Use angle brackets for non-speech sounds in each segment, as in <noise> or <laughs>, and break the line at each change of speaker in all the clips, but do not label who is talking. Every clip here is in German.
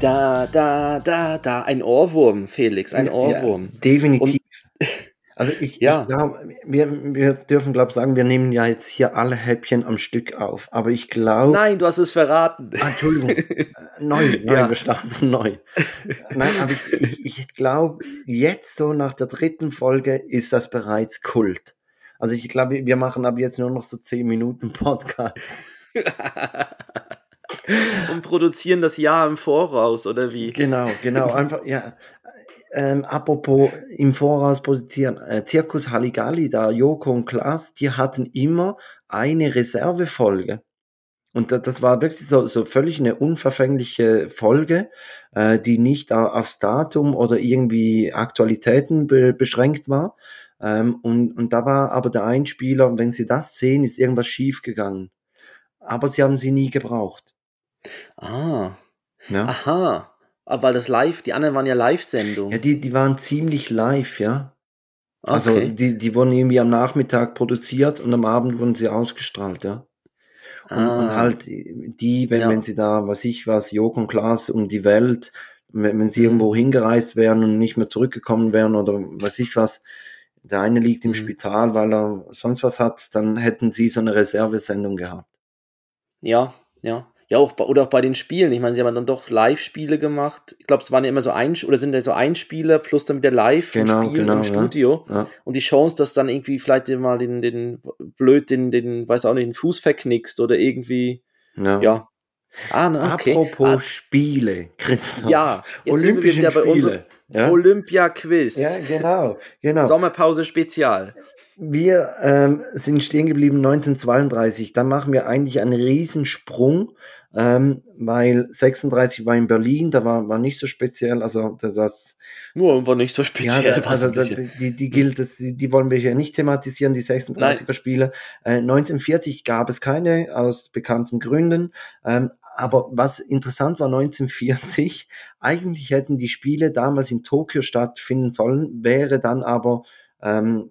da, da, da, da. Ein Ohrwurm, Felix, ein Ohrwurm.
Ja, definitiv. Und, <laughs> also ich,
Ja.
ich glaube, wir, wir dürfen, glaube ich, sagen, wir nehmen ja jetzt hier alle Häppchen am Stück auf. Aber ich glaube.
Nein, du hast es verraten.
<laughs>
<laughs>
Ah, Entschuldigung. Äh, neu. Nein,
Ja.
wir starten neu. Nein, aber ich, ich, ich glaube, jetzt so nach der dritten Folge ist das bereits Kult. Also ich glaube, wir machen ab jetzt nur noch so 10 Minuten Podcast.
Und produzieren das Jahr im Voraus, oder wie?
Genau, genau. Einfach, ja. Ähm, apropos im Voraus positionieren. Äh, Zirkus Halligalli, da Joko und Klaas, die hatten immer eine Reservefolge. Und da, das war wirklich so, so völlig eine unverfängliche Folge, äh, die nicht au- aufs Datum oder irgendwie Aktualitäten be beschränkt war. Ähm, und, und da war aber der Einspieler, wenn Sie das sehen, ist irgendwas schiefgegangen. Aber sie haben sie nie gebraucht. ne?
Ah,
Ja?
aha. Aber weil das live, die anderen waren ja
Ja,
Live-Sendungen.
die, die waren ziemlich live, ja. Also
Okay.
die, die wurden irgendwie am Nachmittag produziert und am Abend wurden sie ausgestrahlt, ja. Und, und
Ah.
halt die, wenn,
Ja.
wenn sie da, was ich was, Joko und Klaas um die Welt, wenn, wenn sie
Mhm.
irgendwo hingereist wären und nicht mehr zurückgekommen wären oder was ich was, der eine liegt im
Mhm.
Spital, weil er sonst was hat, dann hätten sie so eine Reservesendung gehabt.
Ja, ja. Ja, auch bei, oder auch bei den Spielen. Ich meine, sie haben dann doch Live-Spiele gemacht. Ich glaube, es waren ja immer so ein oder sind ja so Einspieler plus dann wieder live
Genau,
ein Spiel
genau, ja.
im Studio.
Ja.
Und die Chance, dass dann irgendwie vielleicht den mal den, den blöd, den, den, weiß auch nicht, den Fuß verknickst oder irgendwie.
Ja.
Ja. Ah, na, okay.
ne? Apropos
ah,
Spiele, Christoph.
ja, jetzt sind wir
Olympischen
wieder bei unserem
Spiele. Ja?
Olympia-Quiz.
ja, genau, genau.
Sommerpause Spezial.
Wir ähm, sind stehen geblieben 1932. Dann machen wir eigentlich einen Riesensprung, ähm, weil 36 war in Berlin, da war, war nicht so speziell. Also das, das
Nur war nicht so speziell.
ja, da-
war's
also
ein
da-
bisschen.
die, die gilt, das, die, die wollen wir hier nicht thematisieren, die 36er Spiele. Äh, 1940 gab es keine, aus bekannten Gründen. Ähm, aber was interessant war, 1940, eigentlich hätten die Spiele damals in Tokio stattfinden sollen, wäre dann aber, ähm,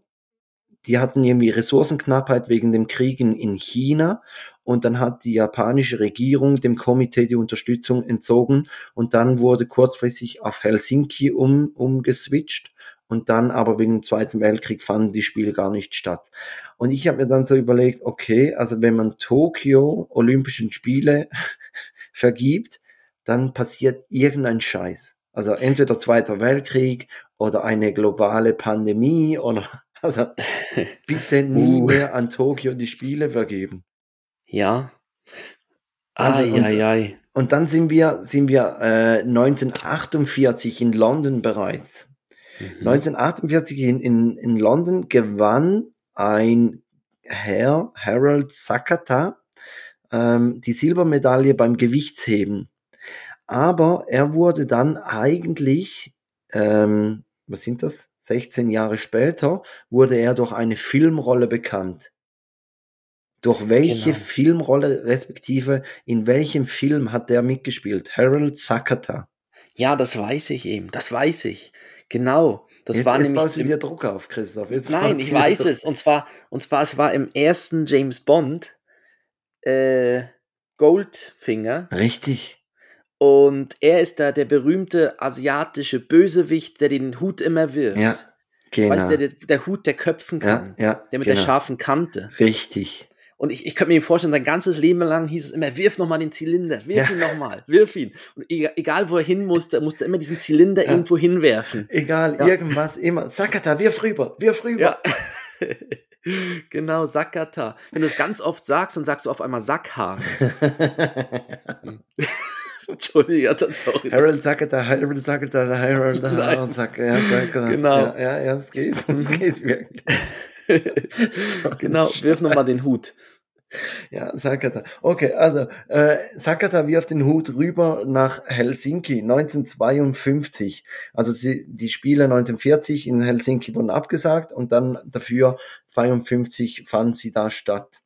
die hatten irgendwie Ressourcenknappheit wegen dem Krieg in, in China. Und dann hat die japanische Regierung dem Komitee die Unterstützung entzogen und dann wurde kurzfristig auf Helsinki um, umgeswitcht. Und dann aber wegen dem Zweiten Weltkrieg fanden die Spiele gar nicht statt. Und ich habe mir dann so überlegt, okay, also wenn man Tokio Olympischen Spiele <laughs> vergibt, dann passiert irgendein Scheiß. Also entweder Zweiter Weltkrieg oder eine globale Pandemie oder <laughs> also bitte nie
Uh.
mehr an Tokio die Spiele vergeben.
Ja.
Also, und-
Eieiei.
Und dann sind wir, sind wir äh, 1948 in London bereits.
Mhm.
1948 in, in, in London gewann ein Herr, Harold Sakata, ähm, die Silbermedaille beim Gewichtsheben. Aber er wurde dann eigentlich, ähm, was sind das? 16 Jahre später wurde er durch eine Filmrolle bekannt. Durch welche
Genau.
Filmrolle respektive in welchem Film hat der mitgespielt? Harold Sakata.
Ja, das weiß ich eben. Das weiß ich. Genau. Das
jetzt
war
jetzt
nämlich.
baust du dir Druck auf, Christoph. Jetzt
Nein,
baust
ich
du dir
weiß
Druck-
es. Und zwar, und zwar, es war im ersten James Bond äh, Goldfinger.
Richtig.
Und er ist da der berühmte asiatische Bösewicht, der den Hut immer wirft.
Ja, genau.
Weißt du, der, der, der Hut, der köpfen kann.
ja, ja,
Der mit
genau.
der scharfen Kante.
Richtig.
Und ich, ich könnte mir vorstellen, sein ganzes Leben lang hieß es immer, wirf nochmal den Zylinder, wirf
Ja.
ihn nochmal, wirf ihn. Und e- egal, wo er hin musste, musste er immer diesen Zylinder
Ja.
irgendwo
<laughs>
hinwerfen.
Egal,
Ja.
irgendwas, immer. Sakata, wirf rüber, wirf rüber.
Ja. <laughs> genau, Sakata. Wenn du es ganz oft sagst, dann sagst du auf einmal
<laughs>
Hm. Sackhaar. <laughs> Entschuldigung, das ist auch
Harold Sakata, Harold Sakata, Harold <laughs>
Nein.
Harold Sakata. Ja, Sakata.
Genau.
Ja, ja, ja, es geht. <laughs> Es geht wirklich.
<laughs> Genau, wirf nochmal den Hut.
Ja, Sakata. Okay, also äh, Sakata wirft den Hut rüber nach Helsinki 1952. Also sie, die Spiele 1940 in Helsinki wurden abgesagt und dann dafür 52 fanden sie da statt.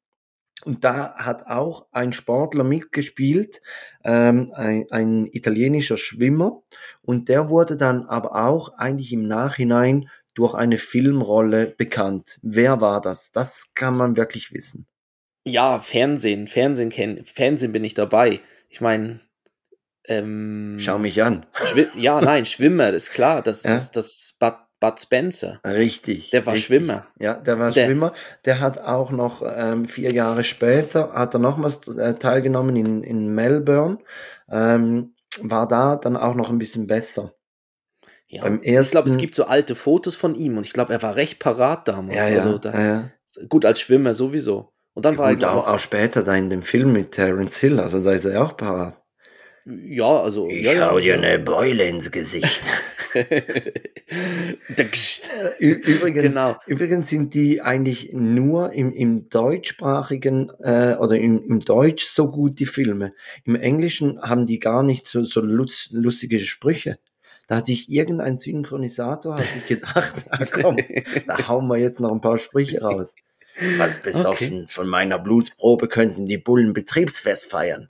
Und da hat auch ein Sportler mitgespielt, ähm, ein, ein italienischer Schwimmer. Und der wurde dann aber auch eigentlich im Nachhinein durch eine Filmrolle bekannt. Wer war das? Das kann man wirklich wissen.
Ja, Fernsehen, Fernsehen kennen, Fernsehen bin ich dabei. Ich meine, Ähm,
Schau mich an.
Schwi
<laughs>
ja, nein, Schwimmer, ist klar. Das,
Ja.
das, das Bud, Bud Spencer.
Richtig.
Der war
richtig.
Schwimmer.
Ja, der war
Der-
Schwimmer. Der hat auch noch ähm, vier Jahre später, hat er nochmals äh, teilgenommen in, in Melbourne. Ähm, war da dann auch noch ein bisschen besser.
Ja.
Beim
ich glaube, es
ersten-
gibt so alte Fotos von ihm und ich glaube, er war recht parat damals. also, da,
ja.
Gut, als Schwimmer sowieso. Und dann war
Gut,
er,
auch,
glaub
auch später da in dem Film mit Terence Hill, also da ist er auch parat.
ich- ja, also. ja, ja. <laughs>
Beule ne ins Gesicht.
Dagsch.
Ü übrigens,
genau.
Übrigens sind die eigentlich nur im, im deutschsprachigen äh, oder im, im Deutsch so gut, die Filme. Im Englischen haben die gar nicht so, so lutz, lustige Sprüche. Da hat sich irgendein Synchronisator hat sich <laughs> gedacht, ah,
Genau.
komm, da hauen wir jetzt noch ein paar Sprüche raus. Was
besoffen,
von meiner Blutprobe könnten die Bullen Betriebsfest feiern.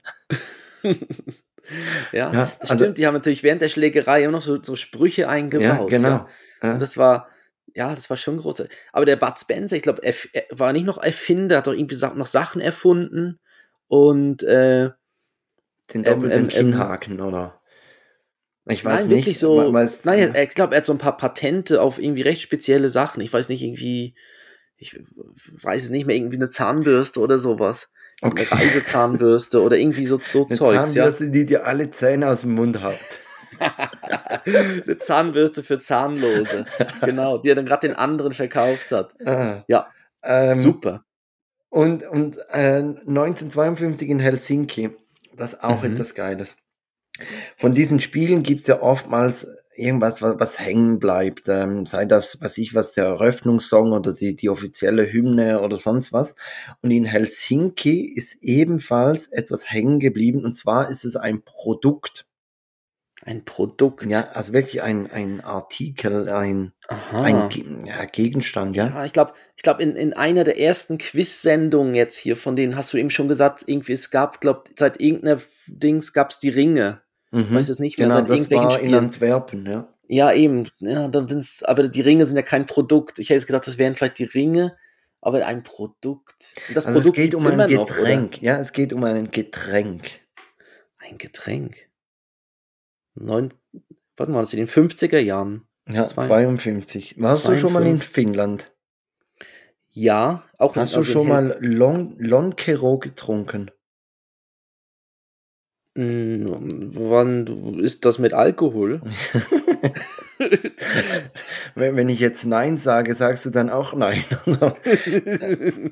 Ja,
Ja,
das
also-
stimmt. Die haben natürlich während der Schlägerei immer noch so, so Sprüche
Ja,
eingebaut.
genau. Ja.
Und das war, ja, das war schon groß. Aber der Bud Spencer, ich glaube, er f- er war nicht noch Erfinder, hat doch irgendwie sa- noch Sachen erfunden. Und äh, Ähm,
Den doppelten
ähm, ähm.
Kinnhaken, oder? Ich weiß
nein,
nicht.
wirklich so.
weil's-
nein, äh, er- er- ich glaube, er hat so ein paar Patente auf irgendwie recht spezielle Sachen. Ich weiß nicht, irgendwie, ich weiß es nicht mehr, irgendwie eine Zahnbürste oder sowas. Eine Reisezahnbürste oder irgendwie so,
<laughs>
so
Jetzt
Zeugs.
haben
ja.
wir sie, die dir alle Zähne aus dem Mund habt.
<laughs> Eine Zahnbürste für
<laughs>
Zahnlose. Genau, die er dann gerade den anderen verkauft hat.
Ah.
Ja.
Ähm,
Super.
Und, und äh, 1952 in Helsinki, das ist auch
Mhm.
etwas Geiles. Von diesen Spielen gibt es ja oftmals irgendwas, was, was hängen bleibt. Ähm, sei das, was ich was, der Eröffnungssong oder die, die offizielle Hymne oder sonst was. Und in Helsinki ist ebenfalls etwas hängen geblieben und zwar ist es ein Produkt.
Ein Produkt.
Ja, also wirklich ein, ein Artikel, ein,
Aha.
ein Ge- ja, Gegenstand, Ah. ja.
Ja, ich glaube, ich glaub, in, in einer der ersten Quiz-Sendungen jetzt hier, von denen hast du eben schon gesagt, irgendwie es gab, glaube seit irgendeiner Dings gab es die Ringe.
Mhm.
Weiß es nicht mehr,
genau,
seit
das
irgendwelchen
war in
Spielen.
Antwerpen, ja.
Ja, eben. Ja, dann sind's, aber die Ringe sind ja kein Produkt. Ich hätte jetzt gedacht, das wären vielleicht die Ringe, aber ein Produkt. Und das
Also es
Produkt
geht
gibt's
um ein
immer noch, oder?
Getränk. ja, es geht um ein Getränk.
Ein Getränk. Neun, warte mal, das in den 50er Jahren.
Ja,
Zwei-
52. Warst du schon mal in
52.
Finnland?
Ja, auch
Hast
in,
du
also in
schon
Hel-
mal Lon Lonkero getrunken?
Mm, Wann du- ist das mit
<laughs>
Alkohol?
<laughs> wenn, wenn ich jetzt Nein sage, sagst du dann auch Nein. <laughs> oder?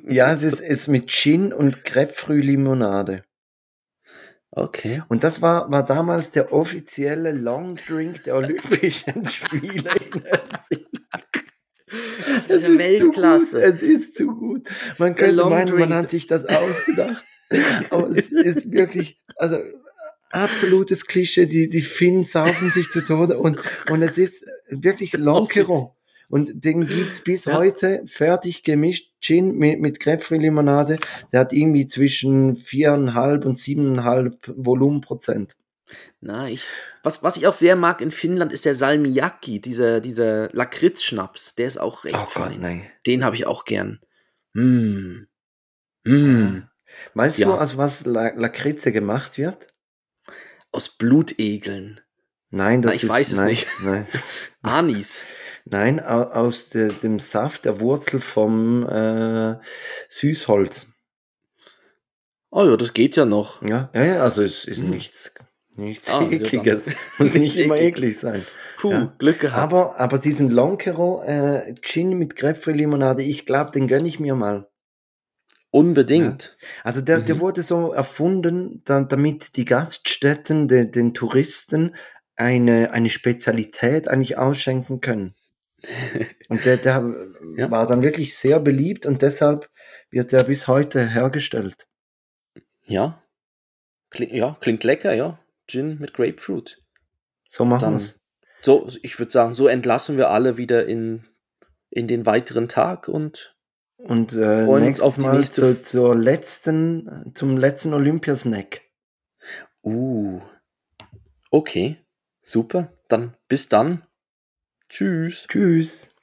ja, es ist, ist mit Gin und Grapefruit-Limonade.
Okay.
Und das war, war damals der offizielle Long Drink der Olympischen <laughs> Spiele in Helsinki.
Das ist also Weltklasse.
Zu gut. Es ist zu gut. Man könnte
Long
meinen, man
Drink.
hat sich das ausgedacht. Aber es ist wirklich, also absolutes Klischee. Die, die Finnen saufen sich zu Tode und, und es ist wirklich Lonkero. Und den gibt's bis
Ja.
heute fertig gemischt. Gin mit, mit Grapefruit-Limonade. Der hat irgendwie zwischen viereinhalb und siebeneinhalb Volumenprozent.
Na, ich, was, was ich auch sehr mag in Finnland ist der Salmiakki, dieser, dieser Lakritz-Schnaps. Der ist auch recht fein.
nein.
Den habe ich auch gern. Mm. Mm.
Weißt du,
Ja.
aus was La Lakritze gemacht wird?
Aus Blutegeln.
Nein, das
Na, ich
ist,
weiß es
nein,
nicht.
Nein,
Anis.
nein au- aus de, dem Saft der Wurzel vom äh, Süßholz.
Oh ja, das geht ja noch.
Ja, ja, ja also es ist
Hm.
nichts, nichts
Ah, ja, dann. <laughs>
Ekliges. Muss nicht
Nichts
immer
Ekliges.
eklig sein.
Puh,
Ja.
Glück gehabt.
Aber, aber diesen Lonkero äh, Gin mit Grapefruit-Limonade, ich glaube, den gönne ich mir mal.
Unbedingt.
Also der, der
Mhm.
wurde so erfunden, da, damit die Gaststätten de, den Touristen eine, eine Spezialität eigentlich ausschenken können.
<laughs>
Und der, der
Ja.
war dann wirklich sehr beliebt und deshalb wird er bis heute hergestellt.
Ja. Kling, ja, klingt lecker, ja. Gin mit Grapefruit.
So machen
Dann-
wir es.
So, ich würde sagen, so entlassen wir alle wieder in, in den weiteren Tag und
Und äh,
freuen uns
nächstes
auf die
Mal
nächste
zu,
F-
zur letzten, zum letzten Olympiasnack.
uh. Okay, super. Dann bis dann. Tschüss.
Tschüss.